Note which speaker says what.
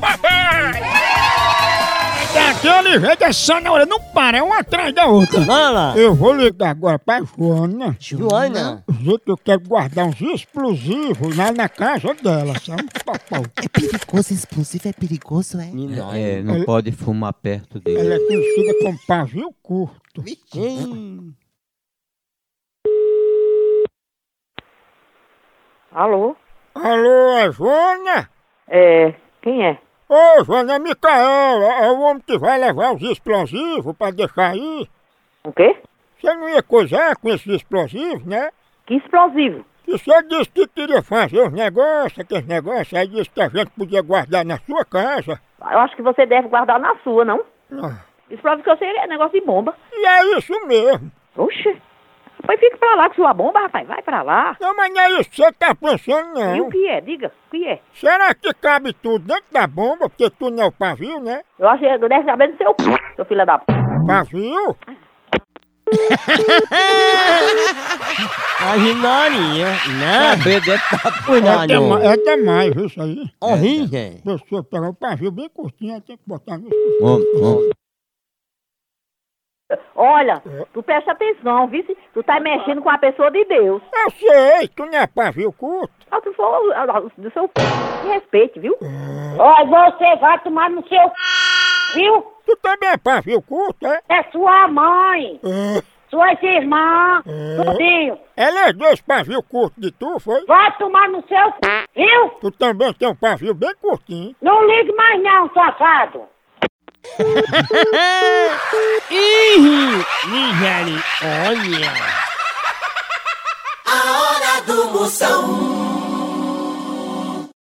Speaker 1: papai! Daquele É jeito, essa na hora não para, é uma atrás da outra.
Speaker 2: Mala,
Speaker 1: Eu vou ligar agora pra Joana.
Speaker 2: Joana.
Speaker 1: Gente, eu quero guardar uns explosivos lá na casa dela, sabe? Papau.
Speaker 3: É perigoso, explosivo é perigoso, é?
Speaker 4: É, não
Speaker 1: Ele-
Speaker 4: pode fumar perto dele.
Speaker 1: Ela é conhecida como pavio curto.
Speaker 2: Hein?
Speaker 5: Alô?
Speaker 1: Alô, é Joana?
Speaker 5: É, quem é?
Speaker 1: Ô, Joana, é Micaela, é o homem que vai levar os explosivos pra deixar aí.
Speaker 5: O quê?
Speaker 1: Você não ia coisar com esses explosivos, né?
Speaker 5: Que explosivo.
Speaker 1: Que você disse que queria fazer os negócios, aqueles negócios, aí disse que a gente podia guardar na sua casa.
Speaker 5: Eu acho que você deve guardar na sua, não?
Speaker 1: Ah,
Speaker 5: Explosivo que eu sei é negócio de bomba.
Speaker 1: E é isso mesmo.
Speaker 5: Oxe. Pois fica pra lá com sua bomba, rapaz. Vai pra lá.
Speaker 1: Não, mas não é isso que você tá pensando,
Speaker 5: E o
Speaker 1: não.
Speaker 5: que é? Diga, o que é?
Speaker 1: Será que cabe tudo dentro da bomba? Porque tu não é o pavio, né?
Speaker 5: Eu acho que eu deve saber do seu p, seu filho da p.
Speaker 1: Pavio?
Speaker 2: A ginarinha, né?
Speaker 4: Saber dentro da
Speaker 1: É, dema-
Speaker 2: Cuidado.
Speaker 1: é demais isso aí.
Speaker 2: Horrível.
Speaker 1: A pessoa pegar o pavio bem curtinho, aí tem que botar no...
Speaker 4: Homem, homem.
Speaker 5: Olha, tu presta atenção, viu? se Tu tá mexendo com a pessoa de Deus.
Speaker 1: Eu Ah, sei, tu não é pavio curto.
Speaker 5: Ah, tu for ah, do seu p, me respeite, viu?
Speaker 6: Olha, você vai tomar no seu c... viu?
Speaker 1: Tu também é pavio curto, é?
Speaker 6: É sua mãe, é suas irmãs,
Speaker 1: Hum.
Speaker 6: tudinho.
Speaker 1: Ela é dois é. pavio curto de tu, foi?
Speaker 6: Vai tomar tá no seu c... viu?
Speaker 1: Tu também tem um pavio bem curtinho.
Speaker 6: Não ligue mais não, safado.
Speaker 2: Ih, Nigéria, olha.
Speaker 7: A hora do Moção.